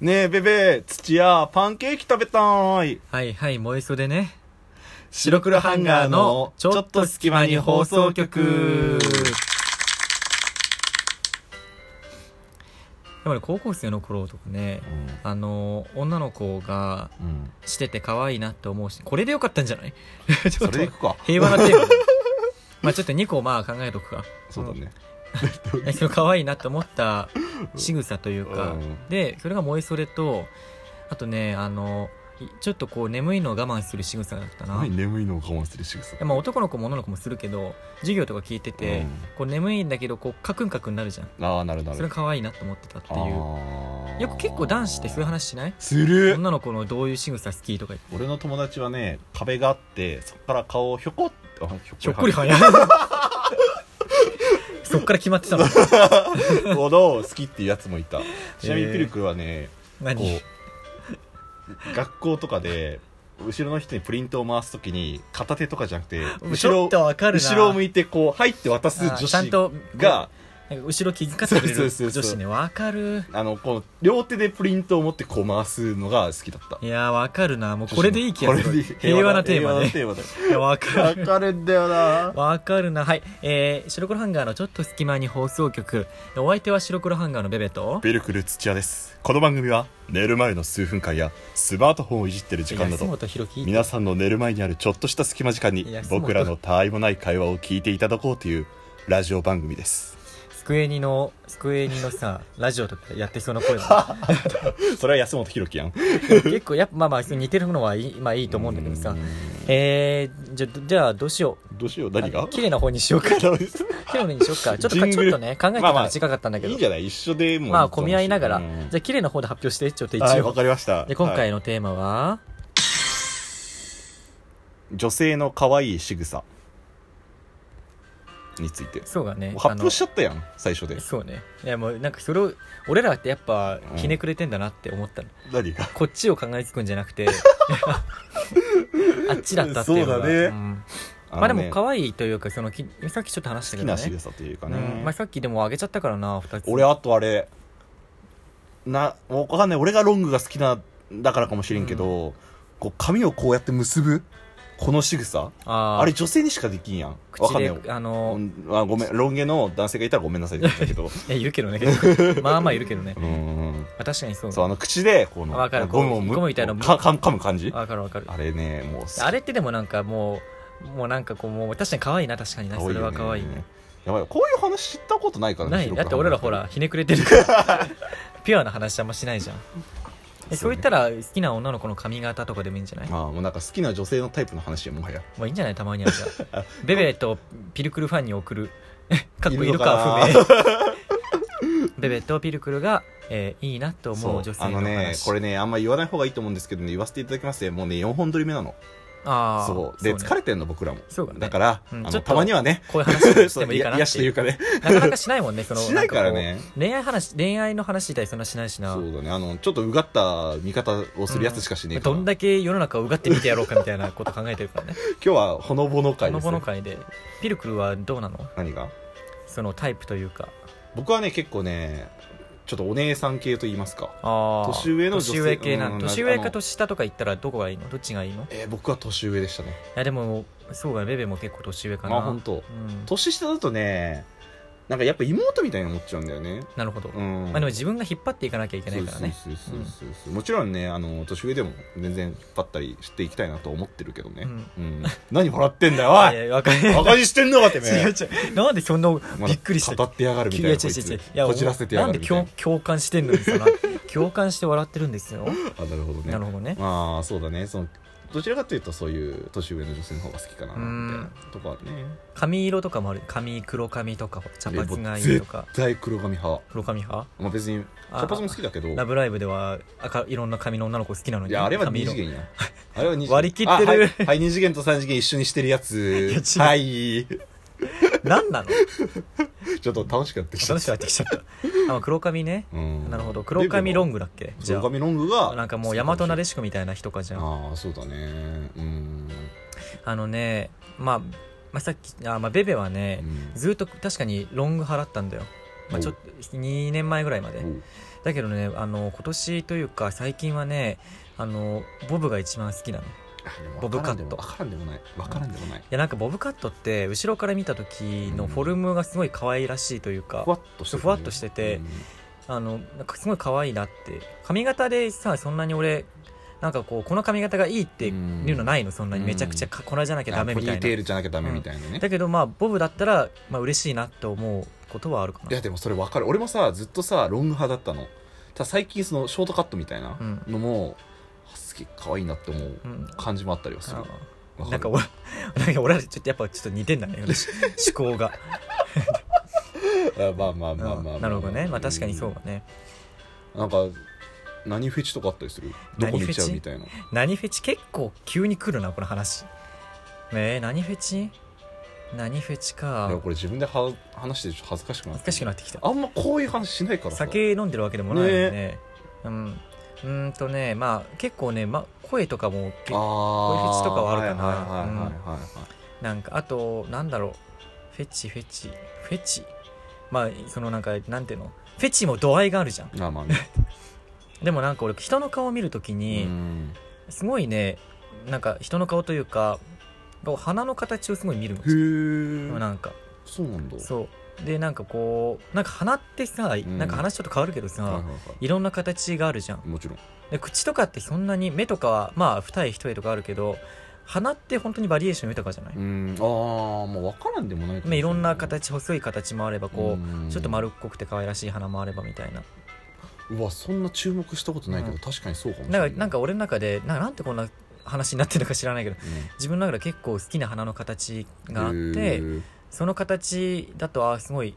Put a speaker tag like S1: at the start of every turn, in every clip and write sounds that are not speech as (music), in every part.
S1: ねえ、ベベ、土屋、パンケーキ食べたーい。
S2: はいはい、萌え袖ね。
S1: 白黒ハンガーのちょっと隙間に放送局。
S2: やっぱり高校生の頃とかね、あの、女の子が
S1: うん。
S2: してて可愛いなって思うし、これでよかったんじゃない (laughs) ちょ
S1: そ
S2: っと
S1: れでいくか。
S2: 平和な
S1: (laughs)
S2: テーマだ。まあちょっと2個まあ考えとくか。
S1: そうだね。
S2: えそれ可愛いなって思った仕草というか、
S1: うん
S2: でそれが萌えそれとあとねあのいちょっとこう眠いのを我慢する仕草だったな
S1: 何眠いのを我慢してる仕草。
S2: でまあ男の子も女の子もするけど授業とか聞いてて、
S1: うん
S2: こう眠いんだけどこうカクンカクンなるじゃん
S1: ああ、なるなる。
S2: それが可愛いなと思ってたっていう
S1: あー
S2: よく結構男子ってそういう話しない
S1: する
S2: 女の子のどういう仕草好きとか言って
S1: 俺の友達はね、壁があって、そこから顔をひょこっあ
S2: ひょっ
S1: (laughs)
S2: こり早い (laughs) そっから決まってたの
S1: ほど好きっていうやつもいた。ちなみに
S2: えー
S1: ピルクはね、こ
S2: 何
S1: う学校とかで後ろの人にプリントを回すときに片手とかじゃなくて
S2: ち
S1: 後
S2: ょ
S1: ろ
S2: っとわかるな
S1: 後ろを向いてこう入って渡す女
S2: あーちゃん
S1: 子
S2: と
S1: が
S2: なんか後ろ気遣ってくれ
S1: そう
S2: る
S1: そうそうそう
S2: 女子ねわかる
S1: あのこう両手でプリントを持ってこう回すのが好きだった
S2: いやーわかるなもうこれでいい気がす
S1: これでい
S2: る
S1: い
S2: 平和なテーマ
S1: 平
S2: ね
S1: 和なテ
S2: いや
S1: ーマ
S2: わか
S1: だ
S2: る
S1: わかるんだよな
S2: わかるなはいえー、白黒ハンガーのちょっと隙間に放送局お相手は白黒ハンガーのベベと
S1: ベルクル土屋ですこの番組は寝る前の数分間やスマートフォンをいじってる時間な
S2: 安
S1: ど
S2: 本博樹
S1: 皆さんの寝る前にあるちょっとした隙間時間に
S2: いや
S1: 僕らのたわいもない会話を聞いていただこうというラジオ番組です
S2: スクエニのスクエニのさラジオとかやってそうな声だ
S1: それは安本博樹やん
S2: ね結構やっぱまあまあ似てるのはいい,、まあ、いいと思うんだけどさえー、じゃじゃあどうしよう
S1: どうしよう何が
S2: あ綺麗な方にし
S1: (laughs)
S2: ようか
S1: い
S2: 綺麗な方にしようかちょっと
S1: ジン
S2: か
S1: グ
S2: ち
S1: ル
S2: ょっとね考えてたら近かったんだけど、
S1: いじゃない一緒でもう
S2: まあ混み合いながら、
S1: うん
S2: じゃあ綺麗な方で発表してちょっと一応、
S1: はいわかりました
S2: で今
S1: は
S2: 回
S1: い
S2: のテーマは、
S1: 女性の可愛い仕草について
S2: そうだね
S1: 発表しちゃったやん最初で
S2: あのそうねいやもうなんかそれを俺らってやっぱ
S1: うん
S2: ひねくれてんだなって思ったの、
S1: 何が
S2: こっちを考えつくんじゃなく
S1: (laughs)
S2: てあっちだったっていうのが
S1: そうだね
S2: んま
S1: の
S2: あで
S1: ね
S2: も可愛いというかそのきさっきちょっと話した
S1: 好き
S2: けど
S1: な仕
S2: ね
S1: 草というかね、
S2: うんまあ、さっきでもあげちゃったからな2つ
S1: 俺あとあれなわかんない俺がロングが好きなだからかもしれんけど、こう髪をこうやって結ぶこの仕草
S2: あ
S1: あ
S2: ー
S1: れ女性にしかできんやんわ
S2: 口
S1: かんない
S2: であの
S1: う
S2: (laughs)
S1: んあごめんロン毛の男性がいたらごめんなさいって言ったけど
S2: いやいるけど
S1: (laughs)
S2: ね結構まあまあいるけどね
S1: う、ん
S2: まあ、確かにそう
S1: そうあの口でこの
S2: わかる
S1: ゴムをむ
S2: ゴムみたいなの
S1: かか噛む感じ
S2: わかるわかる
S1: あれねもうす
S2: あれってでもなんかもうもうなんかこうもう確かに可愛いな確かにな
S1: 可愛
S2: そ
S1: いよね
S2: れは可愛いね
S1: やばいこういう話知ったことないからね
S2: ない
S1: 白
S2: だ
S1: 黒
S2: って俺らほらひねくれて
S1: (laughs)
S2: るからピュアな話あんましないじゃんえ
S1: そ
S2: そうう
S1: ね
S2: いったら好きな女の子の髪型とかでもいいんじゃない
S1: ああもうなんか好きな女性のタイプの話よもはや
S2: まあいいんじゃないたまにはじゃ
S1: (laughs)
S2: あベベとピルクルファンに送るかっこい
S1: いる
S2: る
S1: の
S2: か
S1: か
S2: 不明
S1: (laughs)
S2: ベベとピルクルが、えーいいなと
S1: そ
S2: 思う女性
S1: あ
S2: の
S1: の
S2: 話
S1: ねこれねあんま言わない方がいいと思うんですけどね言わせていただきますねもうね4本撮り目なの
S2: ああ
S1: そうで疲れてんの僕らも
S2: そうだね
S1: だから
S2: うん
S1: あ
S2: ち
S1: の
S2: ょっと
S1: たまにはね
S2: こういう話をし
S1: そう
S2: てもいいか
S1: や
S2: な
S1: 癒
S2: っ
S1: してとい
S2: いうう
S1: かね
S2: なかなかしないもんねそ
S1: (laughs)
S2: の
S1: しないから
S2: ん
S1: ね
S2: こう恋愛話恋愛の話自体そんなしないしな
S1: そうだねあのちょっとうがった見方をするやつしかしねえから、
S2: どん
S1: 今
S2: だけ世の中をうがって見てやろうかみたいなこと考えてるからね
S1: 日はほのぼの
S2: こ
S1: 会で
S2: の
S1: す、
S2: こ
S1: ね
S2: の、会でピルクルはどうなの
S1: 何が
S2: そのタイプというか
S1: 僕はね結構ねちょっとお姉さん系と言いますか
S2: あー
S1: 年上の女性
S2: 年上系な
S1: うん
S2: の年上
S1: あの
S2: か年下とか言ったらどこがいいのどっちがいいのい
S1: えー僕は年上でしたね
S2: やでもそうだねベベも結構年上かな、
S1: まあ本当
S2: うん
S1: 年下だとねなんかやっぱ妹みたいに思っちゃうんだよね
S2: なるほど、
S1: うん
S2: まあでも自分が引っ張っていかなきゃいけないからね
S1: そうそうそうそうそうもちろんねあの年上でも全然引っ張ったりしていきたいなと思ってるけどね、うん何笑ってんだよ
S2: (laughs) い
S1: お
S2: や
S1: い
S2: いやわかんない
S1: バカにしてんのかてめ
S2: (laughs)
S1: え
S2: 違う違うなんでそんなびっくりし
S1: ま
S2: た
S1: だ語ってやがるみたい
S2: いや
S1: なこい
S2: 違う違う違う
S1: つ
S2: いや
S1: こじらせてや
S2: な
S1: が
S2: ん
S1: る
S2: で
S1: みたい
S2: 共
S1: な
S2: 共感してんのにさな (laughs) 共感して笑ってるんですよ
S1: あなるほどね
S2: なるほどね
S1: まあそうだねそのどちらかというとそういう年上の女性の方が好きかな
S2: う
S1: み
S2: ん
S1: たいなとこあるね
S2: 髪色とかもある髪黒髪とか茶髪がい
S1: え
S2: い
S1: も
S2: と
S1: う
S2: か
S1: 絶対黒髪派
S2: 黒髪派
S1: まあ別に
S2: あ
S1: 茶髪も好きだけど
S2: ラブライブでは赤いろんな髪の女の子好きなの
S1: い
S2: に
S1: やあれは
S2: 髪
S1: 二
S2: 色
S1: 次元やあれは二次元
S2: 割り切ってる
S1: あはい、はい、二次元と三次元一緒にしてるやつ
S2: いや違う
S1: はい
S2: 何なの
S1: ちょっと楽しくなってきちゃ
S2: 楽
S1: っ
S2: しくなってきちゃったあの黒髪ね
S1: た、うん
S2: なるほど黒髪ロングだっけじゃ
S1: 黒髪ロングが
S2: あなんかもう大和なでしこみたいな人かじゃんあ
S1: ああそうだねうん、
S2: のねまあまあさっきあ、まあ、ベベはね
S1: うん
S2: ずっと確かにロング払ったんだよ、まあ、ちょっと2年前ぐらいまで
S1: おう
S2: だけどねあの今年というか最近はねあのボブが一番好きなのいボブカット
S1: わからんでもないわからんでもない
S2: やなんかボブカットって後ろから見た時のフォルムがすごい可愛らしいというか、
S1: ふわっとしてる
S2: ふわっとしてて
S1: うん
S2: あのなんかすごい可愛いなって髪型でさそんなに俺なんかこうこの髪型がいいっていうのないのそんなにめちゃくちゃかこれじゃなきゃダメみた
S1: あポニ
S2: い
S1: ーテー
S2: な
S1: ルじゃなきゃダメみたいなね、
S2: (laughs) だけどまあボブだったらまあ嬉しいなと思うことはあるか
S1: いや
S2: な
S1: でもそれわかる俺もさずっとさロング派だったのただ最近そのショートカットみたいな
S2: うん
S1: のも、あすげえ可愛いなって思う
S2: うん
S1: 感じもあったりはする、
S2: あ
S1: わ
S2: の
S1: る
S2: なんか
S1: (laughs)
S2: 俺 (laughs) なんか俺らちょっとやっぱちょっと似てんだね思考が
S1: あまあまあまあまあまあ、
S2: うんなるほどねまあ確かにそうだね
S1: うんなんか何フェチとかあったりするどこ見ちゃうみたいな
S2: 何フェチ結構急に来るなこの話えー、何フェチ何フェチ
S1: いや
S2: か
S1: これ自分では話してちょっと恥ずかしくなって
S2: 難しく
S1: な
S2: なってきた
S1: あんまこういう話しないからさ
S2: 酒飲んでるわけでもないよねうんうーんとねまあ結構ね、まあ、声とかも
S1: あー
S2: こういうフェチとかはあるかな
S1: はいはいはいはいはい
S2: なんかあとなんだろうフェチフェチフェチまあそのなんかなんていうのフェチも度合いがあるじゃん
S1: まあまあね
S2: でもなんか俺人の顔を見るとき
S1: う
S2: に、
S1: ん
S2: すごいねなんか人の顔というかこう鼻の形をすごい見るの
S1: へえ
S2: なんか
S1: そうなんだ
S2: そうでなんかこうなんか鼻ってさ、
S1: ん
S2: なんか話ちょっと変わるけどさ、
S1: はいはいいは
S2: ろんな形があるじゃん
S1: いもちろん
S2: で口とかってそんなに目とかはまあ二重一重とかあるけど鼻って本当にバリエーション豊かじゃない、
S1: うんああまあ分からんでもないかもしれ
S2: まあ、いろんな形細い形もあればこう、ちょっと丸
S1: っ
S2: っこくて可愛らしい鼻もあればみたいな
S1: うわそんな注目したことないけど、
S2: うん
S1: 確かにそうかもしれ
S2: な
S1: なんい
S2: かなんか俺の中でななんてこんな話になってるのか知らないけど自分の中で結構好きな鼻の形
S1: うん
S2: があっ
S1: へ
S2: て
S1: ー
S2: その形だとあーすごい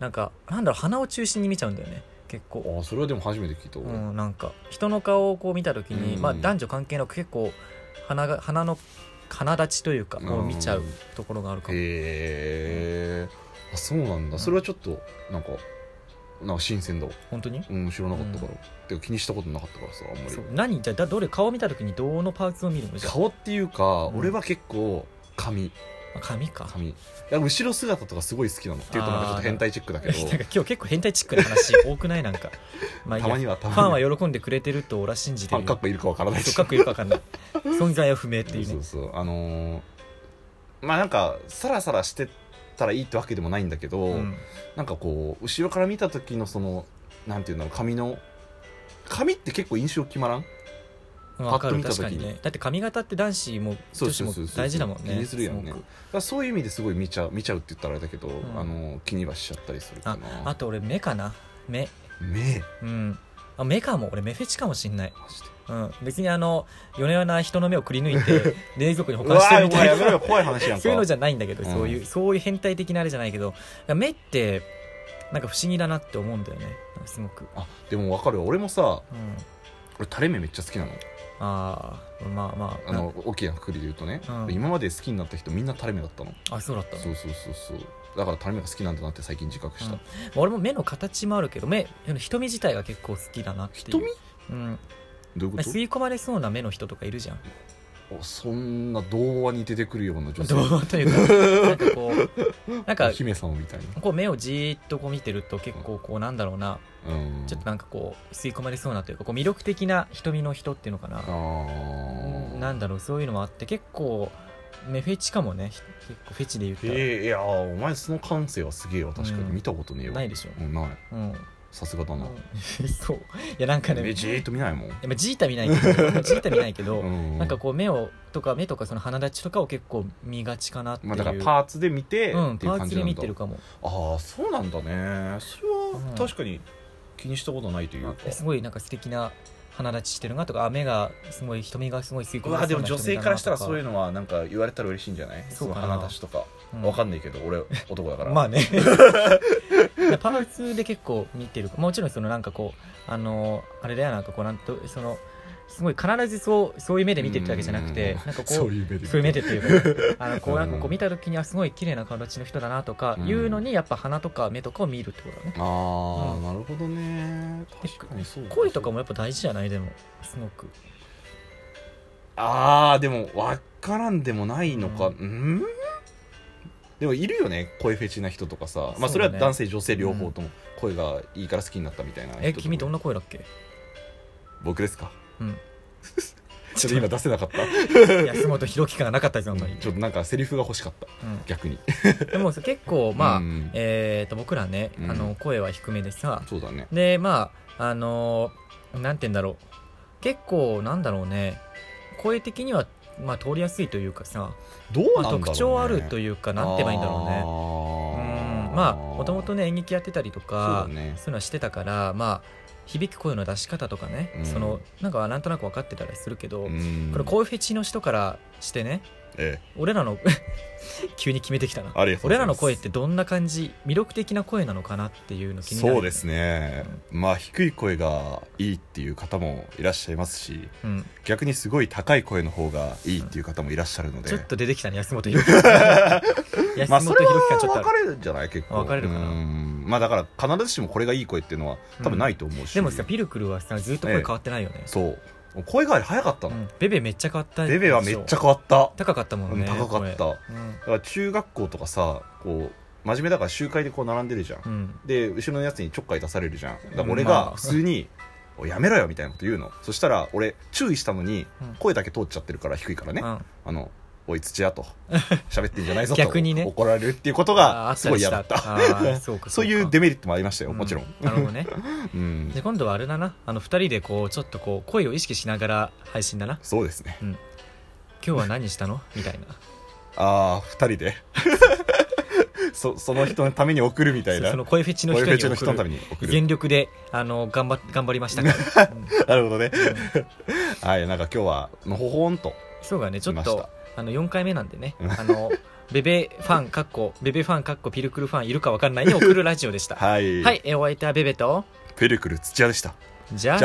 S2: なんかなんだろう鼻を中心に見ちゃうんだよね結構
S1: ああそれはでも初めて聞いたわ、
S2: うん、なんか人の顔をこう見た時に、
S1: うん
S2: まあ、男女関係なく結構鼻が鼻の鼻立ちというか
S1: うん
S2: を見ちゃうところがあるかも、
S1: へえあそうなんだそれはちょっとなんかなんか新鮮だわ
S2: 本当に
S1: うん知らなかったから、てか気にしたことなかったからさあんまり
S2: そう何じゃあだどれ顔見た時にどのパーツを見るのじゃあ
S1: 顔っていうか、
S2: うん
S1: 俺は結構髪
S2: あ髪か
S1: 髪いや後ろ姿とかすごい好きなのっていうとなんかちょっと変態チェックだけ
S2: (laughs) なん
S1: ど
S2: か今日結構変態チックな話多くないなん
S1: (laughs)
S2: か、まあいい
S1: た
S2: や
S1: まにはた
S2: ファン
S1: まには
S2: は喜んでくれてると俺は信じ
S1: フ
S2: て
S1: ァ
S2: る
S1: ン
S2: よ
S1: カッコいるかわからないし
S2: そうかっこよくわかんない存在は不明っていうね
S1: そうそうあのーまあなんかさらさらしてたらいいってわけでもないんだけど、
S2: うん
S1: なんかこう後ろから見た時のそのなんていうんだろう髪の髪って結構印象決まらん
S2: わかる
S1: パッと見た
S2: 確か
S1: 時に
S2: にねだって髪型って男子も
S1: そう
S2: 女子
S1: そう
S2: も
S1: そうそう
S2: 大事だもんね
S1: 気にするよね
S2: すごく
S1: だからそういう意味ですごい見ちゃう見ちゃうって言ったらあれだけど、
S2: ん
S1: あのー気にはしちゃったりするか
S2: あ
S1: な
S2: あと俺目かな目
S1: 目
S2: うんあ目かも俺目フェチかもしんない、
S1: マジで
S2: うん、別にあの夜な夜な人の目をくり抜いて
S1: (laughs)
S2: 冷蔵庫に保
S1: う
S2: 管
S1: わ
S2: してる
S1: ー
S2: み
S1: お前
S2: た
S1: や
S2: い
S1: めろよ
S2: な
S1: 怖い話やんか
S2: (laughs) そういうのじゃないんだけど、
S1: うん
S2: そういうそういう変態的なあれじゃないけど目ってなんか不思議だなって思うんだよねなんかすごく、
S1: あでもわかるわ俺もさ
S2: うん、
S1: 俺垂れ目めっちゃ好きなの
S2: ああまあまあ
S1: あの大きなくくりで言うとね、
S2: うん
S1: 今まで好きになった人みんな垂れ目だったの
S2: あそうだったの
S1: そうそうそうそうだから垂れ目が好きなんだなって最近自覚した、
S2: うん俺も目の形もあるけど目瞳自体が結構好きだなっていう
S1: 瞳
S2: うん、
S1: どういうこ
S2: 吸い込まれそうな目の人とかいるじゃん
S1: とおそんな童話に出てくるような女性
S2: どう
S1: (laughs)
S2: というかなんかこうなん
S1: お
S2: か
S1: 姫様みたい
S2: こう目をじーっとこう見てると結構こうなんだろうな
S1: なうん
S2: ちょっとなんかこう吸い込まれそうなというかこう魅力的な瞳の人っていうのかな
S1: あ
S2: なん
S1: だ
S2: だろうそういうのもあって結構目フェチかもねひ結構フェチで言ったら
S1: えー、いやーお前その感性はすげえわ確かに、
S2: うん
S1: 見たことねえよ
S2: ないでしょ
S1: うんない
S2: うん
S1: さすがだな、
S2: うん (laughs) そういやなんかね
S1: えじーっと見ないもん、
S2: まあじーた見な
S1: (laughs)
S2: いけどじーた見ないけど
S1: うん
S2: なんかこう目をとか目とかその鼻立ちとかを結構見がちかなっていう、
S1: まあ、だからパーツで見て
S2: うん、
S1: って
S2: パ
S1: いう
S2: ー
S1: 感
S2: ツ
S1: じな
S2: で
S1: んだ、
S2: 見てるかも
S1: ああそうなんだねそれ
S2: う
S1: は
S2: ん
S1: 確かに気にしたことないというか、
S2: すごいなんか素敵な鼻立ちしてるなとかあ目がすごい瞳がすごい吸いう込ま
S1: わ
S2: れ
S1: で
S2: そ
S1: も
S2: うな
S1: 女
S2: 人
S1: 性
S2: だなと
S1: からしたらそういうのはなんか言われたら嬉しいんじゃない
S2: そ
S1: そうの
S2: かな
S1: 鼻出しとか
S2: うん
S1: わかんないけど俺男だから
S2: まあね (laughs) パーツで結構見てるもちろんそのなんかこうあのあれだよなんかこうなんとそのすごい必ずそうそういう目で見てるってわけじゃなくて
S1: うん
S2: なんかこう
S1: そういう目で
S2: そういう目でっていうか、あのこ
S1: う
S2: うんなんかこう見た時にはすごい綺麗な形の人だなとか
S1: うん
S2: いうのにやっぱ鼻とか目とかを見るってことだね
S1: ああ、
S2: うん
S1: なるほどね
S2: で
S1: 確かにそうだ
S2: 声とかもやっぱ大事じゃないでもすごく
S1: ああでもわからんでもないのか
S2: う
S1: うんでもいるよね声フェチな人とかさ、まあ、
S2: そうだね
S1: それは男性女性両方とも声がいいから好きになったみたいな人
S2: え
S1: とか
S2: 君どんな声だっけ
S1: 僕ですか
S2: うん
S1: ちょっと今出せなかった
S2: (laughs) 安本博樹感がなかったですあんまり、
S1: ちょっとなんかセリフが欲しかった
S2: う
S1: 逆に
S2: ん、でもさ結構まあ、
S1: うん
S2: えー、と僕らね、
S1: うん
S2: あの声は低めでさ
S1: そうだね
S2: でまああのーなんて言うんだろう結構なんだろうね声的にはまあ通りやすいというかさ、
S1: どうなん
S2: ま
S1: だ
S2: あ、
S1: ろう、ね、
S2: 特徴あると
S1: いう
S2: いうかなんて言えばいいんだろうねうんまあもともと
S1: ね
S2: ね演劇やってたりとか
S1: そうだね
S2: いうのはしてたからまあ響く声の出し方とかね、
S1: うん
S2: そのなんかなんとなく分かってたりするけど、
S1: うん
S2: これ声フェチの人からしてね
S1: ええ
S2: 俺らの (laughs) 急に決めてきたな
S1: ありがとうござ
S2: 俺
S1: います
S2: らの声ってどんな感じ魅力的な声なのかなっていうの気になる
S1: そうですね、まあ低い声がいいっていう方もいらっしゃいますし
S2: うん、
S1: 逆にすごい高い声の方がいいっていう方もいらっしゃるので、
S2: ちょっと出て
S1: (laughs)
S2: きたね安本博樹安
S1: まあ
S2: 本
S1: それは
S2: 博樹感ちょっとあ
S1: 分
S2: る
S1: かれるんじゃない結構
S2: 分かれるかな
S1: うんまあだから必ずしもこれがいい声っていうのは多分ないと思うし、
S2: でもさピルクルはさずっと声変わってないよね、
S1: そう声変わり早かった
S2: う
S1: の、
S2: ん、ベベめっちゃ変わった
S1: レベはめっちゃ
S2: ゃ
S1: 変わった
S2: 高かったもんね
S1: うん高かっただ
S2: 声
S1: から中学校とかさこう真面目だから集会でこう並んでるじゃん、
S2: うん、うん
S1: で後ろのやつにちょっかい出されるじゃんだから
S2: う
S1: 俺
S2: んまあ
S1: が普通に「おいやめろよ」みたいなこと言うのそしたら俺注意したのに
S2: うん
S1: 声だけ通っちゃってるから低いからね「
S2: うん
S1: あのおい土屋」と
S2: (laughs)
S1: 「喋ってんじゃないぞ」と
S2: 逆にね
S1: 怒られるっていうこと
S2: あーあ
S1: が
S2: っ
S1: す
S2: た
S1: ご
S2: り
S1: い
S2: し
S1: 嫌
S2: た
S1: だった
S2: あ
S1: (laughs)
S2: ーそうか
S1: そういうデメリットもありましたよもちろん、
S2: うなるほどね (laughs)
S1: うん
S2: で今度はあれだなあの二人でこうちょっとこう声を意識しながら配信だな
S1: そうですね
S2: 今日は何したのみたいな
S1: ああ二人で (laughs) そその人のために送るみたい
S2: そ
S1: な
S2: その声フェチの
S1: こうい
S2: 人
S1: うフェ
S2: に送
S1: チ
S2: る
S1: の人のために送る
S2: 全力であの頑張頑張りましたから、うん
S1: (laughs) なるほどねはいなんか今日はのほほんと
S2: そうがねちょっ
S1: いまし
S2: と
S1: た
S2: あの4回目なんでねあのベベファンかっこベベファンかっこピルクルファンいるかわかんないに送るラジオでしたは
S1: はい、
S2: い、えお相手はベベと
S1: ペルクル土屋でした
S2: じゃあ
S1: じゃあ